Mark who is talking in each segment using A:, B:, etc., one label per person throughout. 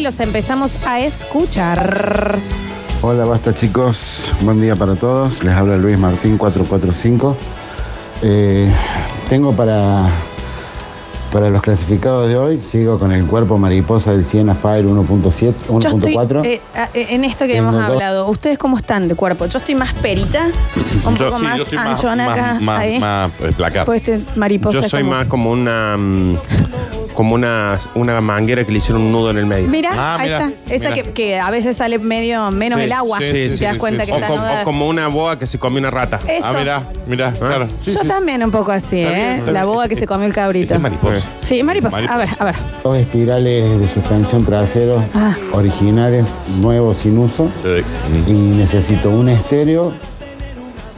A: los empezamos a escuchar.
B: Hola, basta chicos. Buen día para todos. Les habla Luis Martín 445. Eh, tengo para, para los clasificados de hoy, sigo con el cuerpo mariposa del Siena Fire 1.7,
A: Yo estoy
B: 1.4.
A: eh, a- eh, en esto que
B: En
A: hemos
B: los dos.
A: hablado. ¿Ustedes cómo están de cuerpo? Yo estoy más perita, un poco
C: sí,
A: más
C: soy
A: anchona
C: más-
A: acá.
C: más-
A: ahí.
C: más, eh, placar.
A: Pues este mariposa.
C: Yo
A: es
C: soy
A: como-
C: más como una mm, como una, una manguera que le hicieron un nudo en el medio.
A: Mira,
D: Ah,
A: ahí
D: mira,
A: está. Esa
D: mira.
A: que, que a veces sale medio menos
D: Sí,
A: el agua.
D: sí, sí,
A: te
D: sí,
A: das
D: sí,
A: cuenta
D: sí,
A: que
C: O,
D: sí.
A: está
C: com-
A: nuda.
C: o como una boa que se comió una rata.
A: Eso.
D: Ah, mira, mira, claro. Sí,
A: Yo
D: sí.
A: también un poco así, ¿eh?
D: bien, está
A: La
D: bien. Este
A: boa que se comió el cabrito.
C: Es mariposa.
A: Sí, mariposa.
D: Mariposa.
A: A ver, a ver.
B: Dos espirales de suspensión trasero
A: Ah.
B: originales, nuevos sin uso.
C: Eh,
B: Y necesito un estéreo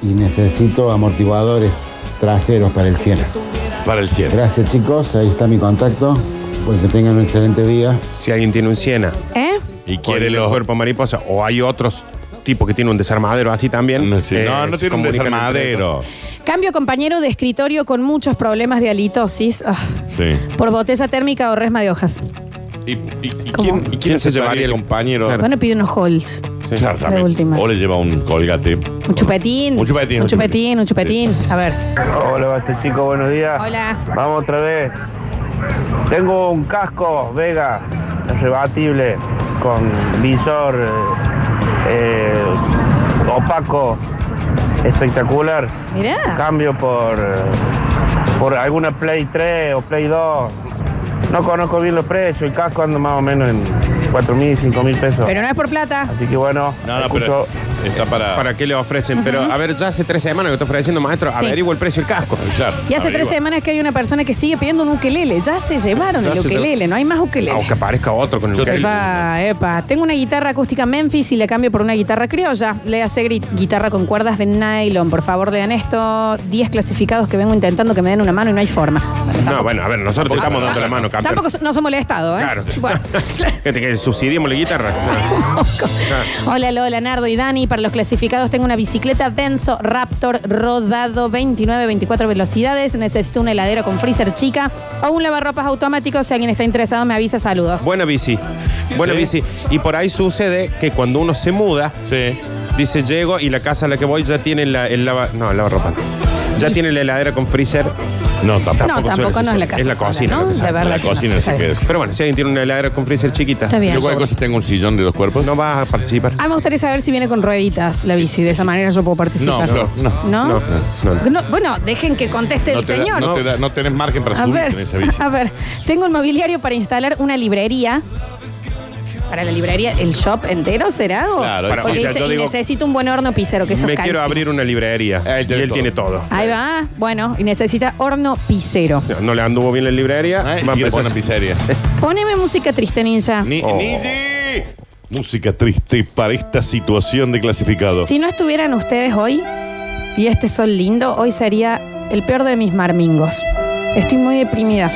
B: y necesito amortiguadores traseros para el Siena.
D: Para el cielo.
B: Gracias chicos, ahí está mi contacto. Pues que tengan un excelente día.
C: Si alguien tiene un Siena
A: ¿Eh?
D: Y
C: con
D: quiere
C: el
D: los.
C: cuerpo mariposa o hay otros tipos que tienen un desarmadero así también.
D: No, sí.
C: eh,
D: no, no
C: se
D: tiene un
C: comunican entre ellos.
D: desarmadero.
A: Cambio compañero de escritorio con muchos problemas de halitosis. Ah,
D: Sí.
A: por botella térmica o resma de hojas.
D: ¿Y, y- y
A: ¿Cómo?
D: quién, y quién se llevaría el compañero?
C: Claro.
A: Bueno, pide unos halls.
C: Sí.
D: Claro,
A: La
D: también.
A: última.
D: O le lleva un colgate.
A: Un chupetín.
D: Un chupetín,
A: Un chupetín,
D: un chupetín.
A: un chupetín. A ver.
E: Hola, basta chicos, buenos días.
A: Hola.
E: Vamos otra vez. Tengo un casco Vega rebatible con visor eh, eh, opaco espectacular.
A: Mirá.
E: Cambio por, eh, por alguna Play 3 o Play 2. No conozco bien los precios, el casco anda más o menos en 4.000, 5.000 pesos.
A: Pero no es por plata.
E: Así que bueno,
D: No, no,
E: escucho-
D: pero. Está para.
C: ¿Para qué le ofrecen? Pero a ver, ya hace tres semanas que te ofreciendo, maestro,
A: Sí.
C: averigua el precio del casco.
D: Claro,
A: Y hace tres
D: averigua.
A: semanas que hay una persona que sigue pidiendo un ukelele. Ya se llevaron
C: Ya
A: el
C: se te- Ah,
A: ukelele. No hay más
C: Aunque
A: ukelele.
C: aparezca otro con el
D: Yo
C: ukelele.
A: Epa, epa. Tengo una guitarra acústica Memphis y la cambio por una guitarra criolla. Le hace gri- guitarra con cuerdas de nylon. Por favor, lean esto. 10 clasificados que vengo intentando que me den una mano y no hay forma. Bueno,
C: No,
A: tampoco-
C: bueno, a ver, nosotros te estamos dando la mano, campeón.
A: Tampoco so- no somos el Estado, ¿eh?
C: Claro.
A: Bueno.
C: que, te- que subsidiemos la guitarra.
A: Hola Lola, Nardo y Dani. Para los clasificados tengo una bicicleta Benzo Raptor rodado 29, 24 velocidades. Necesito una heladera con freezer chica o un lavarropas automático. Si alguien está interesado me avisa, saludos.
C: Buena bici. Buena
D: Sí.
C: bici. Y por ahí sucede que cuando uno se muda,
D: Sí.
C: dice llego y la casa a la que voy ya tiene la, el lava. No, el lavarropa. no. Ya tiene la heladera con freezer.
D: No, tampoco.
A: no, tampoco
C: suele
A: no es la
C: suceder.
A: casa.
C: Es la
A: sola,
C: cocina
A: ¿no?
C: lo que sale.
A: De verdad
D: La
A: que no.
D: cocina sí
A: Está
D: que
A: bien.
D: es.
C: Pero bueno, si alguien tiene una heladera con freezer chiquita,
A: Está bien.
D: Yo cualquier cosa tengo un sillón de dos cuerpos.
C: no vas a participar.
A: Ah, me gustaría saber si viene con rueditas la bici. De esa manera yo puedo participar.
D: No, Flor, no.
A: Ah, ¿No?
C: No, no, no.
A: No, bueno, dejen que conteste
D: No
A: el
D: te da-
A: señor.
D: no te da- no tenés margen
C: Pues
D: para
A: A
D: subirte en
A: ver,
D: esa bici.
A: a ver, tengo un mobiliario para instalar una librería. Para la librería, el shop entero será o
D: Claro,
A: Porque
C: o sea,
A: dice,
C: yo
A: "Y
C: digo,
A: necesito un buen horno pisero, que eso es
C: Me quiero
A: carísimo".
C: abrir una librería.
D: Él
C: y
D: tiene
C: él
D: todo.
C: tiene todo.
A: Ahí va, bueno, y necesita horno pisero.
C: No, no le anduvo bien la librería.
D: Ah, y
C: va a
D: quiere
C: empezar-
D: poner pizzería.
A: Poneme música triste, ninja.
D: Ni-
C: Oh.
D: Niji. Música triste para esta situación de clasificado.
A: si no estuvieran ustedes hoy y este sol lindo, hoy sería el peor de mis marmingos. Estoy muy deprimida.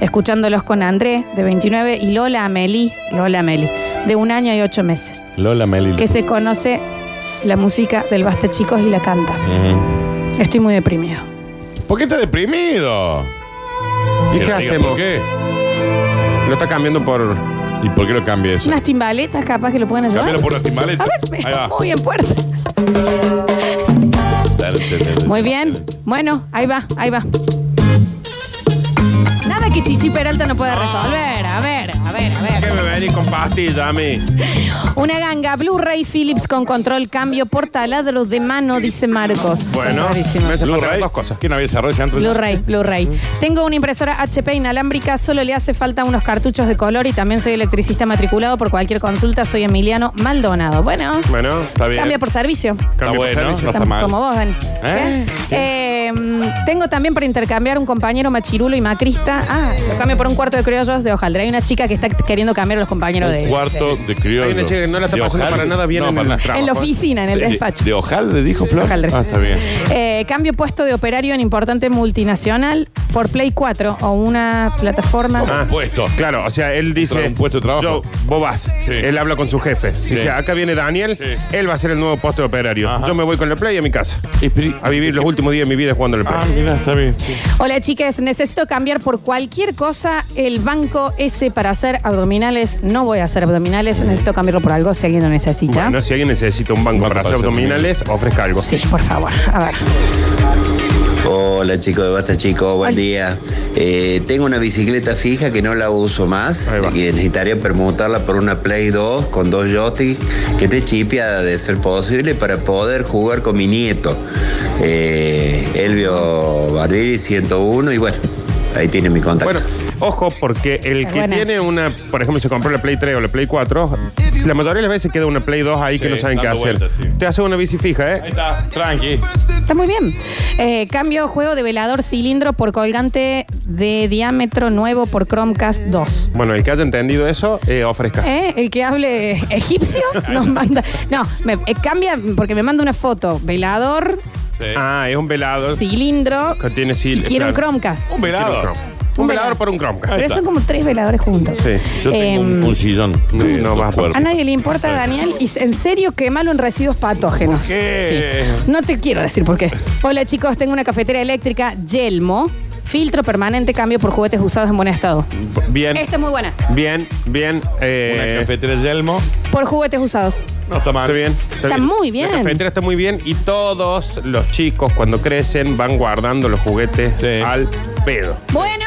A: Escuchándolos con André, de 29, y Lola Ameli, Lola Ameli, de un año y ocho meses.
D: Lola Meli.
A: que se conoce la música del Basta Chicos y la canta.
D: Ujú.
A: Estoy muy deprimido.
D: ¿Por qué está deprimido?
C: ¿Y
D: Que
C: qué
D: nos diga
C: hacemos?
D: ¿Por qué?
C: Lo está cambiando por.
D: ¿Y por qué lo cambia eso?
A: Unas timbaletas capaz que lo pueden ayudar.
D: Cámbialo por una timbaleta.
A: A ver,
D: Ahí va.
A: muy en puerta.
D: Dale, dale, dale.
A: Muy bien. Bueno, ahí va, ahí va. Nada que Chichi Peralta no pueda resolver. A ver, a ver, a ver.
C: ¿Qué me venís con pastillas a mí?
A: Una ganga Blu-ray Philips con control cambio por taladro de mano, dice Marcos.
C: Bueno,
A: Son rarísimos.
C: me hace
D: Blue
C: falta las
D: Ray.
C: dos cosas.
D: ¿Quién había desarrollado ese antro?
A: Blu-ray, Blu-ray. Tengo una impresora HP inalámbrica, solo le hace falta unos cartuchos de color y también soy electricista matriculado. Por cualquier consulta, soy Emiliano Maldonado. Bueno,
C: Bueno,
D: Está bien.
A: cambia por servicio.
D: Está
C: Cambio por
D: bueno,
C: servicio.
D: no está
A: Estamos
D: mal.
A: Como vos, Dani.
D: ¿Eh?
A: ¿Qué? Eh, mm, tengo también para intercambiar un compañero machirulo y macrista. Ah, lo cambio por un cuarto de criollos de hojaldre. Hay una chica que está queriendo cambiar a los compañeros
D: Un
A: de
D: cuarto de criollo.
C: Hay una chica que no la está
D: ¿De
C: pasando
D: hojaldre?
C: para nada bien
D: No,
C: en
D: para
C: el
D: nada.
C: trabajo. ¿eh?
A: En la oficina, en el
D: De-
A: despacho.
D: ¿De hojaldre dijo Flor?
A: Hojaldre.
D: Ah, está bien.
A: Eh, cambio puesto de operario en importante multinacional por Play 4 o una plataforma.
D: Ah, puesto.
C: Claro, o sea, él dice.
D: Tra- un puesto de trabajo.
C: Yo, vos vas.
D: Sí.
C: Él habla con su jefe.
D: Sí.
C: Dice, acá viene Daniel,
D: Sí.
C: él va a ser el nuevo poste de operario.
D: Ajá.
C: Yo me voy con la play a mi casa. A vivir los últimos días de mi vida jugando al play.
D: Ah, mira, está bien.
A: Hola chicas, necesito cambiar por cualquier cosa el banco S para hacer abdominales No voy a hacer abdominales, necesito cambiarlo por algo si alguien lo necesita.
C: Bueno, si alguien necesita un banco
D: Banco
C: para hacer
D: para hacer
C: abdominales, ofrezca algo.
A: Sí, por favor. A ver.
F: Hola chicos de Basta Chicos, buen
A: Hola.
F: día. Eh, tengo una bicicleta fija que no la uso más
C: Ahí va.
F: y necesitaría permutarla por una Play 2 con dos joysticks que esté chipeada de ser posible para poder jugar con mi nieto. Eh, Elvio Valeri 101 y bueno, ahí tiene mi contacto.
C: Bueno, ojo, porque el
A: Está
C: que
A: buena.
C: tiene una, por ejemplo, se compró la Play 3 o la Play 4, la mayoría de las veces queda una Play 2 ahí
D: Sí,
C: que no saben qué
D: dando
C: hacer.
D: vueltas, sí.
C: Te hace una bici fija,
D: Ahí
C: ¿eh?
D: está, tranqui.
A: Está muy bien. Eh, cambio juego de velador cilindro por colgante de diámetro nuevo por Chromecast 2.
C: Bueno, el que haya entendido eso, eh, ofrezca.
A: ¿Eh? El que hable egipcio nos manda. No, me, eh, cambia porque me manda una foto. Velador,
D: Sí.
C: Ah, es un velador.
A: cilindro.
C: Que tiene
A: y
C: cil-
A: quiero un
C: claro.
A: Chromecast.
D: Un velado.
C: Un
A: Un
C: velador
A: velador.
C: por un Chromecast.
A: Pero
D: está.
A: son como tres veladores juntos.
C: Sí.
D: Yo tengo un,
A: Em,
D: un sillón.
C: no,
D: de
C: no
D: dos
C: vas a
D: cuerpos.
A: A nadie le importa, Daniel, y en serio quemalo en residuos patógenos.
D: qué?
A: Sí. No te quiero decir por qué. Hola chicos, tengo una cafetera eléctrica Yelmo. Filtro permanente, cambio por juguetes usados en buen estado.
C: Bien,
A: Esta es muy buena.
C: bien, bien.
D: Una
C: Eh,
D: cafetera Yelmo.
A: Por juguetes usados.
D: No está mal.
C: Está bien. Está,
A: Está muy bien.
C: La cafetera está muy bien y todos los chicos cuando crecen van guardando los juguetes
D: Sí.
C: al pedo.
A: Bueno,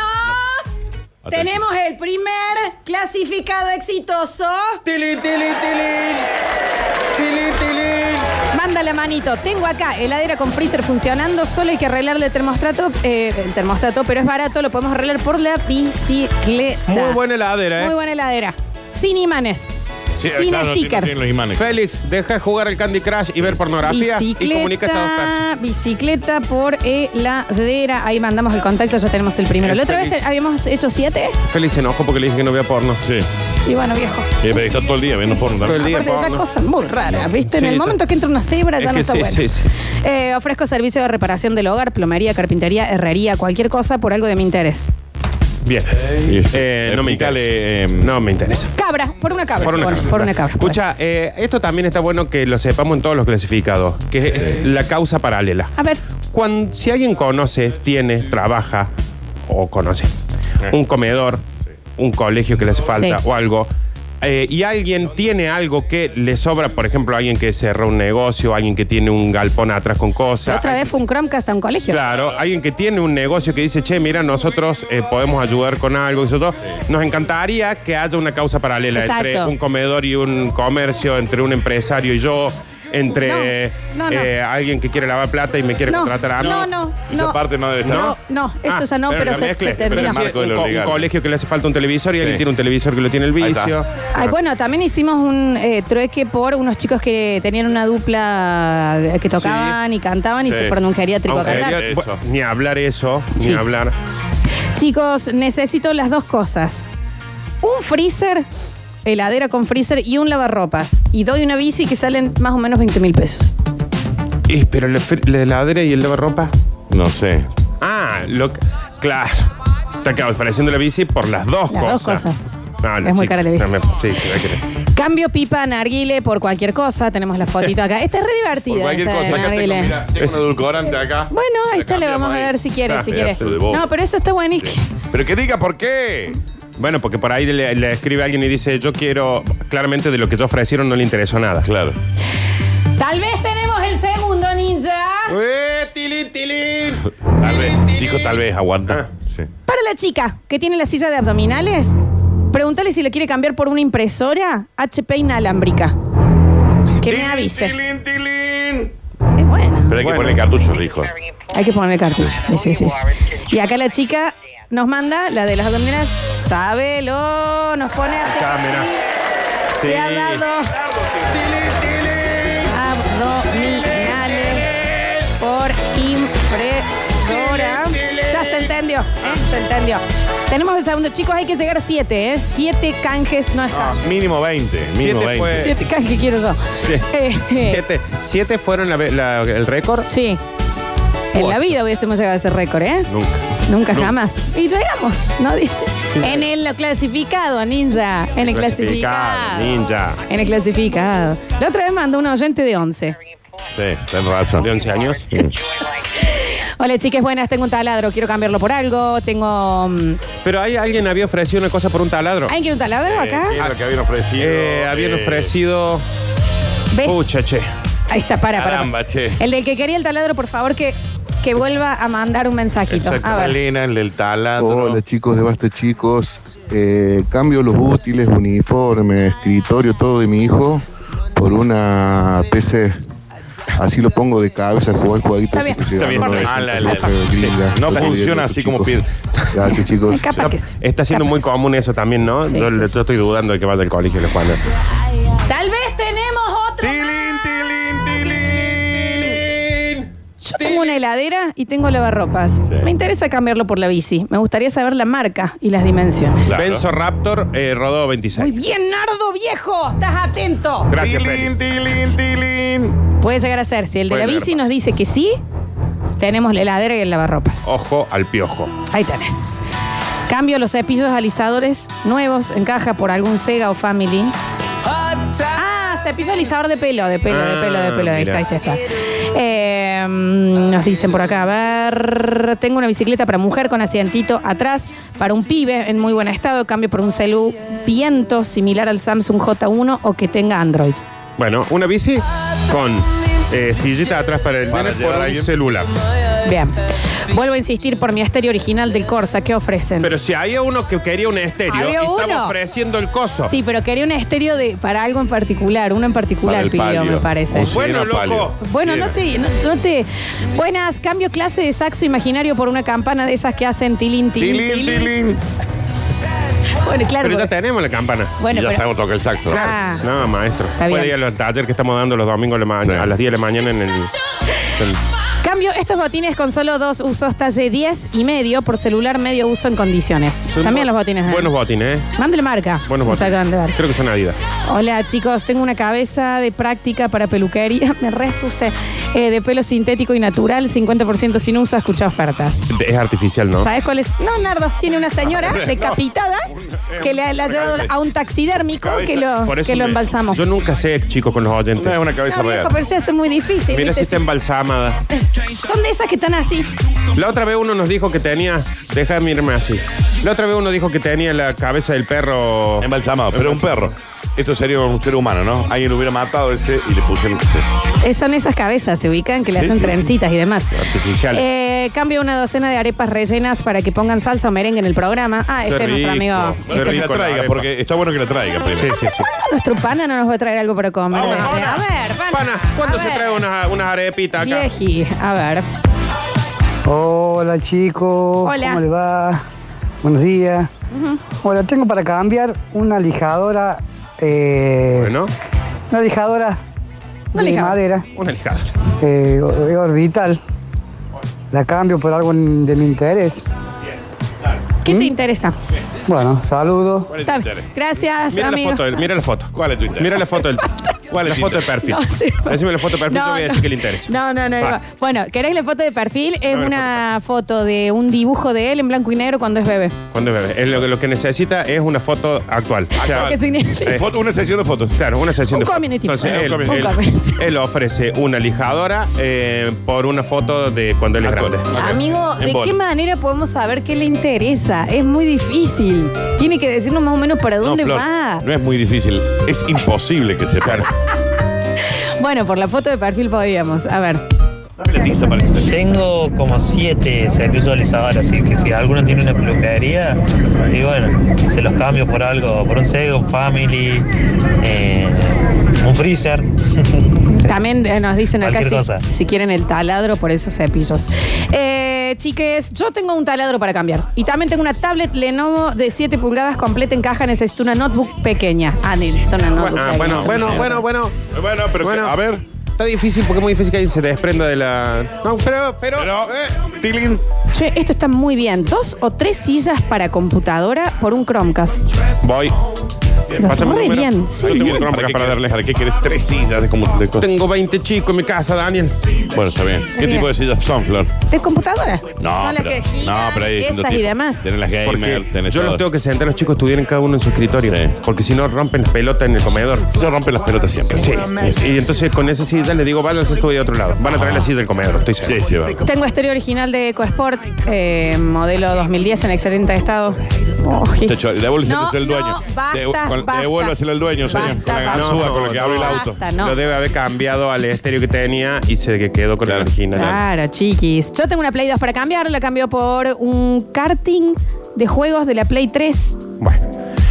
D: Atención.
A: tenemos el primer clasificado exitoso.
C: Tilín, tilín, tilín. Tilín, tilín.
A: Manda la manito. Tengo acá heladera con freezer funcionando. Solo hay que arreglarle el termostato. eh, el termostato, pero es barato. Lo podemos arreglar por la bicicleta.
C: Muy buena heladera, ¿eh?
A: Muy buena heladera. Sin imanes.
D: Sí,
A: sin
D: claro, no tiene- no
A: stickers.
D: tiene los imanes.
C: Félix, deja de jugar el Candy Crush y ver pornografía y comunica a estas dos personas.
A: Bicicleta, bicicleta por heladera. Ahí mandamos el contacto, ya tenemos el primero. La otra vez te- habíamos hecho siete.
C: Félix se enojó porque le dije que no vea porno.
D: Sí. Eh,
A: Y bueno, viejo.
D: pero está todo el día viendo porno
C: Todo el
D: también.
C: día
A: Aparte ya
C: porno.
A: cosas muy raras, ¿viste? en
C: Sí,
A: el
C: está-
A: momento que entra una cebra ya
C: Es
A: no
C: que
A: está
C: sí,
A: bueno.
C: sí, sí.
A: Eh, ofrezco servicio de reparación del hogar, plomería, carpintería, herrería, cualquier cosa por algo de mi interés.
C: Bien.
D: Y sí.
C: Eh, no me
D: Explícale,
C: interesa.
D: em,
C: No me interesa.
A: Cabra, por una cabra. Bueno,
C: cabra.
A: por una cabra.
C: Escucha, eh, esto también está bueno que lo sepamos en todos los clasificados, que es la causa paralela.
A: A ver,
C: Cuando, si alguien conoce, tiene, trabaja o conoce un comedor, un colegio que le hace falta
A: Sí.
C: o algo, eh, y alguien tiene algo que le sobra, por ejemplo, alguien que cerró un negocio, alguien que tiene un galpón atrás con
A: la
C: cosas.
A: otra vez fue un Chromecast a un colegio.
C: Claro, alguien que tiene un negocio que dice, che, mira, nosotros eh, podemos ayudar con algo, y nosotros nos encantaría que haya una causa paralela
A: Exacto.
C: entre un comedor y un comercio, entre un empresario y yo, entre
A: No, no, no.
C: eh, alguien que quiere lavar plata y me quiere
A: No,
C: contratar a mí.
A: no, no,
D: Esa
A: no.
D: parte no debe estar.
A: No, no, eso
C: Ah,
A: ya no, pero,
D: pero la
A: se,
D: mezcla,
A: se
D: pero la
A: terminó.
D: marca. marco de
C: un,
D: los
C: co- un
D: legales.
C: colegio que le hace falta un televisor y alguien
D: Sí.
C: tiene un televisor que lo tiene el
D: Ahí está.
C: vicio.
A: Ay, bueno, también hicimos un eh, trueque por unos chicos que tenían una dupla que tocaban y cantaban y
D: Sí.
A: se fueron a un geriátrico a
C: Aunque
A: cantar.
C: debería-
D: Eso.
C: ni hablar eso,
A: Sí.
C: ni hablar.
A: Chicos, necesito las dos cosas. Un freezer, heladera con freezer y un lavarropas. Y doy una bici que salen más o menos 20 mil pesos.
C: Y, pero la fri- la heladera y el lavarropa.
D: No sé.
C: Ah, lo que- claro. Está acá ofreciendo la bici por las dos
A: Las dos
C: cosas.
A: cosas.
C: No, no,
A: Es muy
C: chicos,
A: cara la bici.
C: no me- sí, te voy a creer.
A: Cambio pipa, narguile, por cualquier cosa. Tenemos la fotito acá. Esta es re divertida.
D: Por cualquier
A: esta de
D: cosa. Acá tengo,
A: narguile.
D: mira, tengo un edulcorante acá.
A: Bueno, a
D: La
A: esta le vamos
D: cambiamos
A: a
D: ahí.
A: ver si quiere,
D: Ah,
A: si quiere.
D: pedazo de bobo.
A: No, pero eso está buenísimo.
D: Pero que diga por qué.
C: Bueno, porque por ahí le, le escribe alguien y dice, yo quiero, claramente de lo que te ofrecieron no le interesó nada.
D: Claro.
A: Tal vez tenemos el segundo ninja.
C: ¡Eh, tilín, tilín!
D: Tal vez. Dijo tal vez, aguanta. Sí.
A: Para la chica que tiene la silla de abdominales, pregúntale si le quiere cambiar por una impresora HP inalámbrica. Que me avise.
D: Tilín, tilín.
A: Es bueno.
D: Pero hay que
C: Bueno.
D: ponerle cartucho, le dijo.
A: Hay que ponerle cartuchos. Sí, sí, sí. Y acá la chica nos manda la de las abdominales. Sábelo. Nos pone así.
C: Acá,
A: que
C: mira.
A: sí.
C: Sí.
A: Se ha dado abdominales por impresora. Ya se entendió. ¿eh? Se entendió. Tenemos el segundo, chicos. Hay que llegar a siete, ¿eh? Siete canjes no está.
D: Mínimo 20. Mínimo
C: Siete
D: 20.
C: fue.
A: Siete canjes quiero yo.
C: Ah, Sí.
A: Eh, eh,
C: Siete, siete fueron la ve- la- el récord.
A: Sí. En la vida hubiésemos llegado a ese récord, ¿eh?
C: Nunca.
A: Nunca jamás. Y llegamos, ¿no? Dice. En el clasificado, ninja. En el clasificado.
C: Ninja.
A: En el clasificado. La otra vez mandó un oyente de 11.
D: Sí, tenés razón.
C: De 11 años.
D: Mm.
A: Hola, chicas, buenas, tengo un taladro, quiero cambiarlo por algo, tengo... mm,
C: Pero hay alguien había ofrecido una cosa por un taladro.
A: ¿Alguien quiere un taladro acá?
D: ¿Qué es lo que habían ofrecido?
C: Eh, habían
D: Eh,
C: ofrecido.
A: ¿Ves?
C: Pucha, che.
A: Ahí está, para, para.
D: Caramba, che.
A: El del que quería el taladro, por favor, que, que vuelva a mandar un mensajito.
D: Exacto.
A: A ver.
D: Malena, el del taladro.
G: Hola chicos de Basta Chicos, Eh, cambio los útiles, uniforme, escritorio, todo de mi hijo por una PC. Así lo pongo de cabeza a jugar jueguitos.
A: Está bien,
G: así que se
D: Está bien,
G: ganó
A: Correcto.
G: la
D: mala,
G: gente,
D: Ah, la-
G: la gente gringa.
D: sí. No
G: Yo soy
D: funciona
G: de
D: así
G: Basta,
D: como
G: chicos.
D: piensa.
G: Gracias chicos.
A: Capaz que sí.
C: Ah, Está siendo
A: Capaz
C: muy
A: que sí.
C: común eso también, ¿no?
A: Sí,
C: yo,
A: sí,
C: yo
A: sí.
C: estoy dudando de que va del colegio de Juana.
A: Tal vez tenemos otro.
D: Tilín, tilín, tilín.
A: Yo tengo una heladera y tengo lavarropas. Me interesa cambiarlo por la bici. Me gustaría saber la marca y las dimensiones.
D: Claro.
C: Benzo Raptor eh, rodó
A: Muy
C: 26.
A: bien, Nardo viejo. Estás atento.
C: Gracias,
D: Tilín,
C: Feli.
D: tilín, tilín.
A: Puede llegar a ser. Si el de
C: Puede
A: la
C: ser,
A: bici nos
C: pasa.
A: dice que sí, tenemos la heladera y el lavarropas.
C: Ojo al piojo.
A: Ahí tenés. Cambio los cepillos alisadores nuevos en caja por algún Sega o Family. Ah, cepillo alisador de pelo, de pelo, de pelo, de pelo. Ahí está,
C: Ah,
A: ahí está. ahí está. Eh, mm, nos dicen por acá, a ver, tengo una bicicleta para mujer con asientito atrás, para un pibe en muy buen estado, cambio por un celu viento similar al Samsung J1 o que tenga Android.
C: Bueno, una bici con eh, sillita atrás para el
D: Para
C: nene
D: llevar
C: por
D: a
C: un
D: alguien.
C: celular.
A: Bien. Vuelvo a insistir por mi estéreo original del Corsa, ¿qué ofrecen?
C: Pero si había uno que quería un estéreo y
A: Había uno.
C: estaba ofreciendo el coso.
A: Sí, pero quería un estéreo de, para algo en particular, uno en particular
D: Para el
A: pidió,
D: palio.
A: me parece.
D: Un
C: Bueno,
D: Sí, no, palio.
C: loco.
A: Bueno, no te, no, no te. Buenas, cambio clase de saxo imaginario por una campana de esas que hacen tilín, tilín, tilín.
D: Tilín, tilín.
A: Bueno, claro.
C: Pero ya
A: porque-
C: tenemos la campana.
A: Bueno,
D: Y ya
A: pero-
D: sabemos tocar el saxo.
A: Claro. Ah.
C: No, maestro.
A: Está
C: Puede ir
A: bien.
C: al taller que estamos dando los domingos de ma-
D: Sí.
C: a las 10 de la mañana en el. en-
A: Cambio estos botines con solo dos usos, talle 10 y medio por celular, medio uso en condiciones.
C: son
A: También
C: bu-
A: los botines. ¿eh?
C: Buenos botines, ¿eh?
A: Mándale marca.
C: Buenos
A: O sea, que van de
C: botines.
A: ver.
C: Creo que son Adidas.
A: Hola chicos, tengo una cabeza de práctica para peluquería, me resusé, Eh, de pelo sintético y natural, 50% sin uso, escucha ofertas.
C: Es artificial, ¿no?
A: ¿Sabes cuál es? No, Nardo, tiene una señora decapitada que le, la ha llevado a un taxidérmico que lo,
C: Por eso
A: que lo
C: me-
A: embalsamamos.
C: Yo nunca sé, chicos, con los oyentes.
D: No es una cabeza
A: No, viejo,
D: real.
A: pero se hace muy difícil.
C: Mira
A: ¿viste?
C: si está embalsamada.
A: Son de esas que están así.
C: La otra vez uno nos dijo que tenía. Deja de mirarme así. La otra vez uno dijo que tenía la cabeza del perro.
D: Embalsamado, pero un perro. Esto sería un ser humano, ¿no? Alguien lo hubiera matado ese y le pusieron ese.
A: Eh, Son esas cabezas, se ubican, que le
D: Sí,
A: hacen
D: sí, sí.
A: trencitas y demás.
C: Artificial.
A: Eh, cambio una docena de arepas rellenas para que pongan salsa o merengue en el programa. Ah,
C: Qué
A: este es nuestro
C: rico.
A: amigo.
C: Qué
D: Bueno, que la
C: rico la
D: traiga,
C: arepa.
D: porque está bueno que la traiga
C: Sí,
D: primero.
C: sí, sí.
A: ¿Cuándo nuestro pana no nos va a traer algo para comer?
D: Vamos,
A: Eh,
D: pana.
A: a ver, pana.
C: Pana, ¿cuándo
A: a
C: se
A: ver.
C: trae unas unas arepitas acá?
A: Vieji, a ver.
H: Hola chicos,
A: Hola.
H: ¿cómo les va? Buenos días. Bueno, tengo para cambiar una lijadora, eh,
C: Bueno,
A: Pues
H: una lijadora
A: Una
H: de
A: lijadora.
H: madera
C: una lijada.
H: eh, o- orbital. La cambio por algo en- de mi interés.
C: ¿Mm?
A: ¿Qué te interesa?
H: Bueno, saludos.
D: ¿Cuál es tu
A: Está
D: interés?
A: bien. Gracias,
C: Mira
A: amigo.
C: la foto, del- mira la foto.
D: ¿Cuál es tu interés?
C: Mira la foto del.
D: ¿Cuál es
C: la
D: tu
C: foto de
D: interés?
C: perfil.
A: No, sí.
C: Decime la foto de
A: No,
C: perfil, yo voy a
A: no.
C: decir que le interesa.
A: No, no, no.
C: Va.
A: Eva. Bueno, ¿querés la foto de perfil? Es
C: Dame la
A: una foto de un dibujo de él en blanco y negro cuando es bebé.
C: Cuando es bebé. Es lo, que- lo que necesita es una foto actual. O sea,
A: ¿Qué significa?
C: Eh.
D: Foto- una sesión de fotos.
C: Claro, una sesión
A: Un
C: de fotos.
A: community.
C: Entonces,
A: Eh,
C: él,
D: un
A: community.
C: él-
A: Un community.
C: él ofrece una lijadora eh, por una foto de cuando él es
D: Actual.
C: grande.
D: Ok.
A: Amigo, ¿de
D: En bola.
A: qué manera podemos saber qué le interesa? Es muy difícil. Tiene que decirnos más o menos para dónde
D: Flor,
A: va.
D: No es muy difícil. Es imposible que se pierda.
A: Bueno, por la foto de perfil podíamos. A ver.
D: La tiza parece.
I: Tengo como siete servicios alisadores, así que si alguno tiene una peluquería, y bueno, se los cambio por algo, por un Sego, un Family, eh, un freezer.
A: También eh, nos dicen acá
I: Cualquier
A: si,
I: cosa.
A: si quieren el taladro por esos cepillos. Eh, chiques, yo tengo un taladro para cambiar. Y también tengo una tablet Lenovo de 7 pulgadas completa en caja. Necesito una notebook pequeña. Ah, necesito una notebook
C: Ah,
A: pequeña.
C: bueno, bueno, bueno, bueno.
D: Bueno, pero
C: Bueno.
D: a ver.
C: Está difícil porque es muy difícil que alguien se desprenda de la. No, pero. pero,
D: Pero,
C: eh.
D: Tilín.
A: Che, esto está muy bien. Dos o tres sillas para computadora por un Chromecast.
C: Voy.
A: Lo
D: Pásame
A: corre
D: el número.
A: bien, sí.
D: Ahí tengo trompa
C: ¿Para qué
D: para
C: querés?
D: darle. ¿Para qué quieres tres sillas? de como- de co-
C: Tengo 20 chicos en mi casa, Daniel.
D: Bueno, está bien. ¿Qué
A: bien.
D: tipo de sillas son, Flor?
A: ¿De computadora?
D: No,
A: Son las
D: pero,
A: que giran,
D: no, pero ahí
A: esas y demás.
D: Tienes las gamer,
C: Porque
D: tenés
C: yo los
D: todo.
C: tengo que sentar, los chicos estuvieran cada uno en su escritorio.
D: Sí.
C: Porque si no, rompen las pelotas en el comedor.
D: Yo rompe las pelotas siempre.
C: Sí. Y entonces con esa silla le digo, vale, las estuve de otro lado. Van a traer la silla del comedor, estoy seguro.
D: Sí, sí, va.
A: Tengo estéreo original de EcoSport, eh, modelo 2010 en excelente estado. Oh,
D: Muchacho, devuélveselo
A: No,
D: al dueño.
A: no, basta,
D: Devu- con-
A: basta.
D: Devuélvaselo al dueño, señor.
A: Basta,
D: con la
A: basta.
D: ganzúa con la que abre el auto.
A: Basta, no.
C: Lo debe haber cambiado al estéreo que tenía y se que quedó con
D: Claro.
C: el original.
A: Claro, chiquis. Yo tengo una Play 2 para cambiar, la cambio por un karting de juegos de la Play 3.
C: Bueno,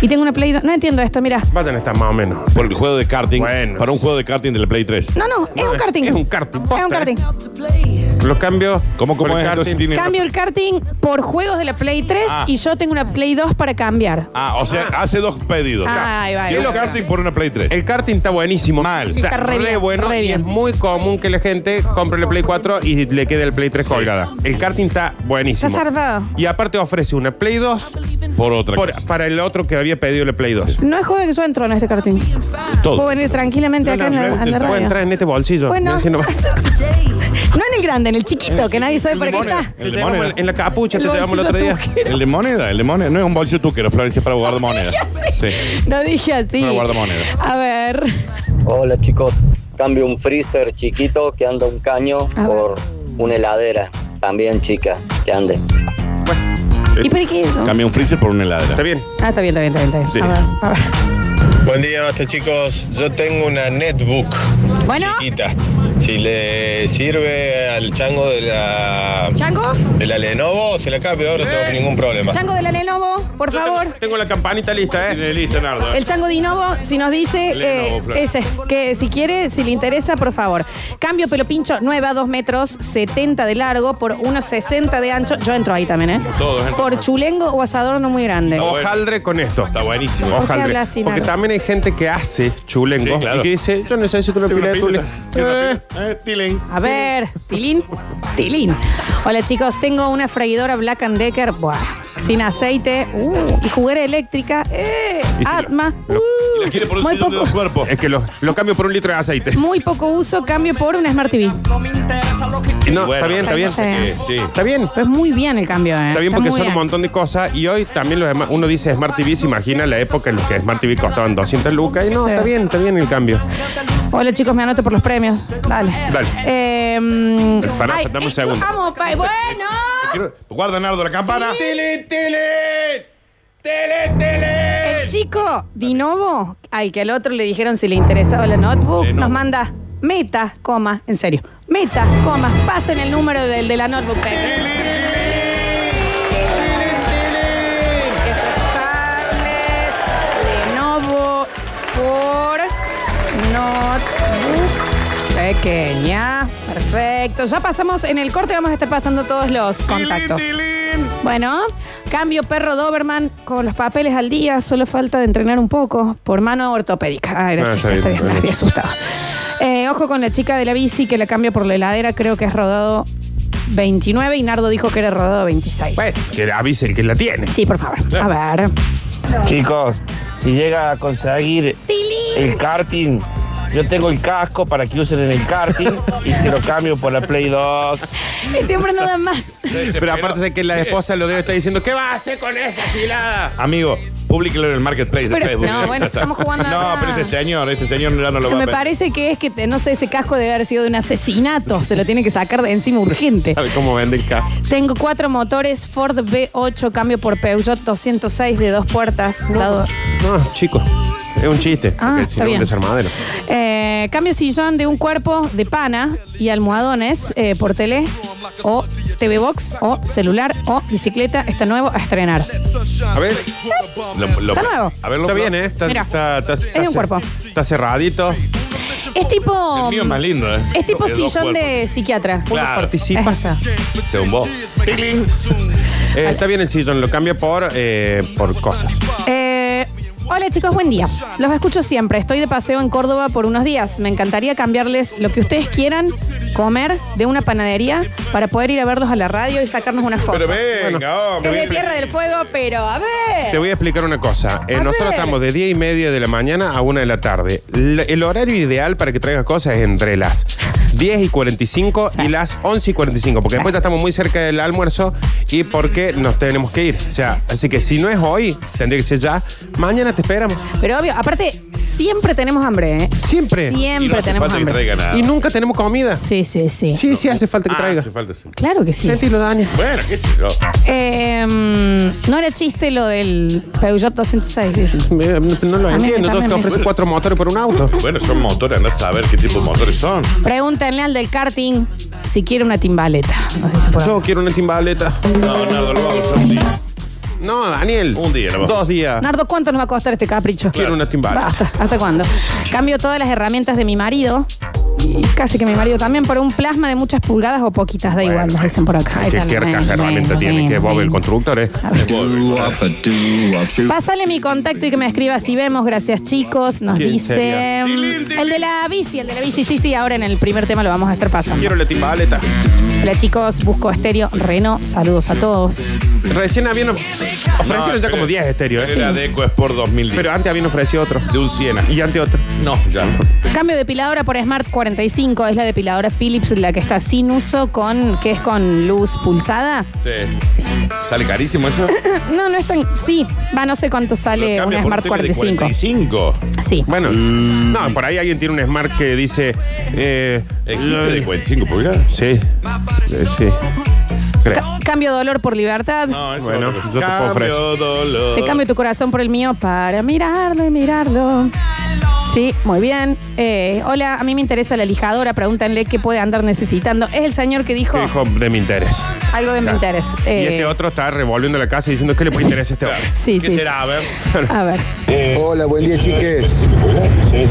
A: Y tengo una Play 2. No entiendo esto, mira.
C: va a tener esta más o menos.
D: Por el juego de karting.
C: Bueno.
D: para un juego de karting de la Play 3.
A: No, no, es
C: No,
A: un karting.
C: es un karting,
A: Es un
C: posta,
A: karting.
D: eh.
C: Los cambios.
D: ¿Cómo,
C: por
D: cómo es?
C: karting.
D: Entonces tiene-
A: Cambio el karting por juegos de la Play 3
D: Ah.
A: y yo tengo una Play 2 para cambiar.
D: Ah, o sea, hace dos pedidos.
A: Ah, ahí va, ahí
D: Quiero
A: va.
D: un karting por una Play 3.
C: El karting está buenísimo.
D: Mal.
C: Está,
A: Está re
C: re,
A: bien,
C: bueno
A: re
C: y
A: bien.
C: es muy común que la gente compre el Play 4 y le quede el Play 3 colgada. El karting está buenísimo.
A: Está zarpado.
C: Y aparte ofrece una Play 2
D: por otra
C: por-
D: cosa.
C: para el otro que había pedido el Play 2.
A: No es juego que yo entro en este karting.
D: Todo.
A: Puedo venir tranquilamente acá en la, en la
C: Puede
A: radio.
C: entrar en este bolsillo.
A: Bueno,
C: No, si no-
A: no en el grande, en el chiquito, que nadie sabe
D: el
A: por qué
D: limón, eh.
A: está.
D: el
C: Te
D: de
C: llevamos
D: moneda.
C: en la capucha,
A: El
C: te llevamos el
A: bolsillo
C: otro día.
A: tujero.
D: El de moneda, el de moneda. No es un bolsillo tuquero, Florencia, para guardar monedas. Sí.
A: No dije así.
D: Una guardamoneda.
A: A ver.
J: Hola chicos, cambio un freezer chiquito que anda un caño
A: A ver.
J: por una heladera, también chica, que ande.
A: ¿Y para qué eso?
D: Cambia un freezer por una heladera.
C: Está bien.
A: Ah, está bien, está bien, está bien. Está bien. A ver, a
E: Buen día, hasta chicos. Yo tengo una netbook
A: ver. Bueno,
E: chiquita. Si le sirve al chango de la,
A: Chango,
E: de la Lenovo, se la cambio, ahora no tengo ningún problema.
A: Chango de la Lenovo, por
C: Yo
A: favor.
C: Tengo, tengo la campanita lista, ¿eh?
D: Tiene lista, Nardo.
A: El Chango de Inovo, si nos dice,
D: Lenovo,
A: eh,
D: Flor.
A: ese, que si quiere, si le interesa, por favor. Cambio pelo pincho, nueva, 2 metros, 70 de largo por 1,60 de ancho. Yo entro ahí también, ¿eh?
D: Todos entran.
A: Por chulengo o asador no muy grande.
D: No, bueno.
C: Hojaldre con esto.
D: Está buenísimo.
A: ¿Por qué
C: Hojaldre.
A: hablas así,
C: Porque
A: Nardo?
C: también hay gente que hace chulengo
D: Sí, claro.
C: y que dice, yo necesito una pila de
D: pileta.
C: chulengo.
D: Tiene una
C: Eh,
D: pileta. Eh, Tiling.
A: A ver, tilín, tilín. Hola chicos, tengo una freidora Black and Decker, buah, sin aceite uh, y juguera eléctrica, eh,
C: Y si lo-
A: Atma,
C: lo-
A: uh,
D: La quiere por un
A: muy
D: sillón de dos
A: poco,
D: cuerpos.
C: Eh, Es que lo, lo cambio por un litro de aceite.
A: muy poco uso, cambio por una Smart TV.
C: No,
D: Bueno,
C: está bien, está bien.
A: está bien.
D: Eh, sí.
C: Está bien.
A: Pero es muy bien el cambio, ¿eh?
C: Está bien porque
A: muy
C: son un montón de cosas y hoy también los demás- uno dice Smart TV, se imagina la época en la que Smart TV costaban 200 lucas y no,
A: Sí.
C: está bien, está bien el cambio.
A: Hola chicos, me anoto por los premios. Dale.
C: Dale.
A: Eh,
C: Pará, dame un
A: esto-
C: segundo.
A: Vamos, pa- bueno.
D: Quiero- Guarda, Nardo, la campana.
C: ¡Tele, tele! ¡Tele,
A: El
C: tele!
A: chico Dinovo, al que al otro le dijeron si le interesaba la notebook,
D: Lenovo.
A: nos manda meta, coma, en serio. Meta, coma, pasen el número del de la notebook. Lenovo por notebook pequeña. Perfecto. Ya pasamos en el corte, vamos a estar pasando todos los contactos. Bueno, cambio perro Doberman con los papeles al día, solo falta de entrenar un poco por mano ortopédica. Ah, era
C: Ah,
A: chiste, está
C: está
A: bien,
C: bien,
A: me
C: está
A: había asustado. Eh, ojo con la chica de la bici que la cambio por la heladera, creo que es rodado 29 y Nardo dijo que era rodado 26.
C: Pues, que le avise el que la tiene.
A: Sí, por favor. A ver.
E: Chicos, si llega a conseguir el karting, yo tengo el casco para que usen en el karting y se lo cambio por la Play 2.
A: Este hombre no da más.
C: Pero aparte sé que la esposa lo debe estar diciendo, ¿qué va a hacer con esa gilada?
D: Amigo, públicalo en el marketplace de
A: Pero-
D: Facebook.
A: no,
D: Ya
A: bueno,
D: está.
A: estamos jugando
D: No,
A: acá.
D: pero este señor, este señor ya no lo va
A: Me
D: a ver.
A: parece que es que, te- no sé, ese casco debe haber sido de un asesinato. Se lo tiene que sacar de encima urgente.
C: ¿Sabe cómo vende el carro?
A: Tengo cuatro motores Ford B8, cambio por Peugeot 206 de dos puertas. dado-
C: No, chicos, es un chiste.
A: Ah,
C: porque
A: está
C: si no,
A: bien.
C: un desarmadero.
A: Eh, cambio sillón de un cuerpo de pana y almohadones eh, por tele o TV box o celular o bicicleta. Está nuevo a estrenar.
C: A ver,
D: Lo- lo-
A: Está nuevo.
D: A ver, lo-
C: está bien, ¿eh? Está,
A: Mira,
C: está- está- está
A: un
C: cer-
A: cuerpo.
C: Está cerradito.
A: Es tipo.
D: El mío es más lindo, ¿eh?
A: Es tipo
D: De dos
A: sillón de psiquiatra.
D: Claro.
C: Participas.
A: Esa.
D: Se bombó.
C: Eh, está bien el sillón, lo cambia por, eh, por cosas.
A: Eh, hola Hola chicos, buen día. Los escucho siempre. Estoy de paseo en Córdoba por unos días. Me encantaría cambiarles lo que ustedes quieran comer de una panadería para poder ir a verlos a la radio y sacarnos unas fotos.
C: Pero venga,
A: Es
C: hombre.
A: de Tierra del Fuego, pero a ver.
C: Te voy a explicar una cosa. Eh,
A: A
C: nosotros
A: ver.
C: estamos de 10 y media de la mañana a 1 de la tarde. L- el horario ideal para que traigas cosas es entre las 10 y 45 y las 11 y 45, porque después ya estamos muy cerca del almuerzo y porque nos tenemos que ir. O sea, así que si no es hoy, tendría que ser ya. Mañana te esperamos.
A: Pero obvio, aparte, siempre tenemos hambre, ¿eh?
C: Siempre.
A: Siempre
D: Y no hace
A: tenemos
D: falta que
A: hambre.
D: traiga nada.
C: Y nunca tenemos comida.
A: Sí, sí, sí.
C: Sí, sí, hace falta que
D: Ah,
C: traigas.
D: hace falta, sí.
A: Claro que sí.
C: Sentilo, Dani.
D: Bueno, qué sé yo.
A: Eh, mm, no era chiste lo del Peugeot 206. dice.
C: Me- No lo
A: A mí
C: entiendo.
A: también
C: Dos te
A: me-
C: ofrecen cuatro motores por un auto.
D: Bueno, son motores, andás a saber qué tipo de motores son.
A: Pregúntenle al del karting si quiere una timbaleta. No sé si puede.
C: Yo quiero una timbaleta.
D: No, Nardo, lo vamos a usar un día.
C: No, Daniel.
D: Un día, nomás.
C: Dos días.
A: Nardo, ¿cuánto nos va a costar este capricho?
C: Quiero una timbaleta.
A: Basta, ¿hasta cuándo? Cambio todas las herramientas de mi marido, y casi que mi marido también, por un plasma de muchas pulgadas o poquitas, da igual, nos dicen por acá.
C: ¿Qué, qué caja de herramienta tiene? Que Bob el constructor eh. es.
A: Pásale mi contacto y que me escriba si vemos, gracias chicos, nos
C: ¿Quién
A: dice...
C: sería?
A: El de la bici, el de la bici, sí, sí, ahora en el primer tema lo vamos a estar pasando.
C: Quiero la timbaleta.
A: Hola chicos, busco estéreo, Reno, saludos a todos.
C: Recién habían of- ofrecieron ya como 10 estéreos, ¿eh?
D: Era Deco Sport 2010.
C: Pero antes habían ofrecido otro.
D: de un Siena.
C: Y antes otro.
D: No, ya no.
A: Cambio de depiladora por Smart 45, es la depiladora Philips, la que está sin uso, con que es con luz pulsada.
D: Sí. ¿Sale carísimo eso?
A: No, no es tan. Sí, va, no sé cuánto
D: Lo
A: sale
D: cambia
A: una
D: por
A: Smart
D: un tele de
A: 45.
D: 45.
A: Sí.
C: Bueno, no, por ahí alguien tiene un Smart que dice. Eh,
D: ¿Existe
C: lo-
D: de 45 pulgadas?
C: Sí. Eh, sí. Creo.
A: Ca- cambio dolor por libertad.
D: No, eso
C: Bueno,
D: no.
C: yo te puedo
D: Cambio dolor.
A: Te cambio tu corazón por el mío para mirarlo y mirarlo. Sí, muy bien. Eh, hola, a mí me interesa la lijadora. Pregúntenle qué puede andar necesitando. Es el señor que dijo
C: Que dijo de mi interés.
A: algo de mi interés.
C: Y
A: Eh,
C: este otro está revolviendo la casa y diciendo que le puede interesar a este otro.
A: Sí,
D: ¿Qué
A: sí.
D: será? A ver.
A: A ver.
B: Hola, buen día chiques.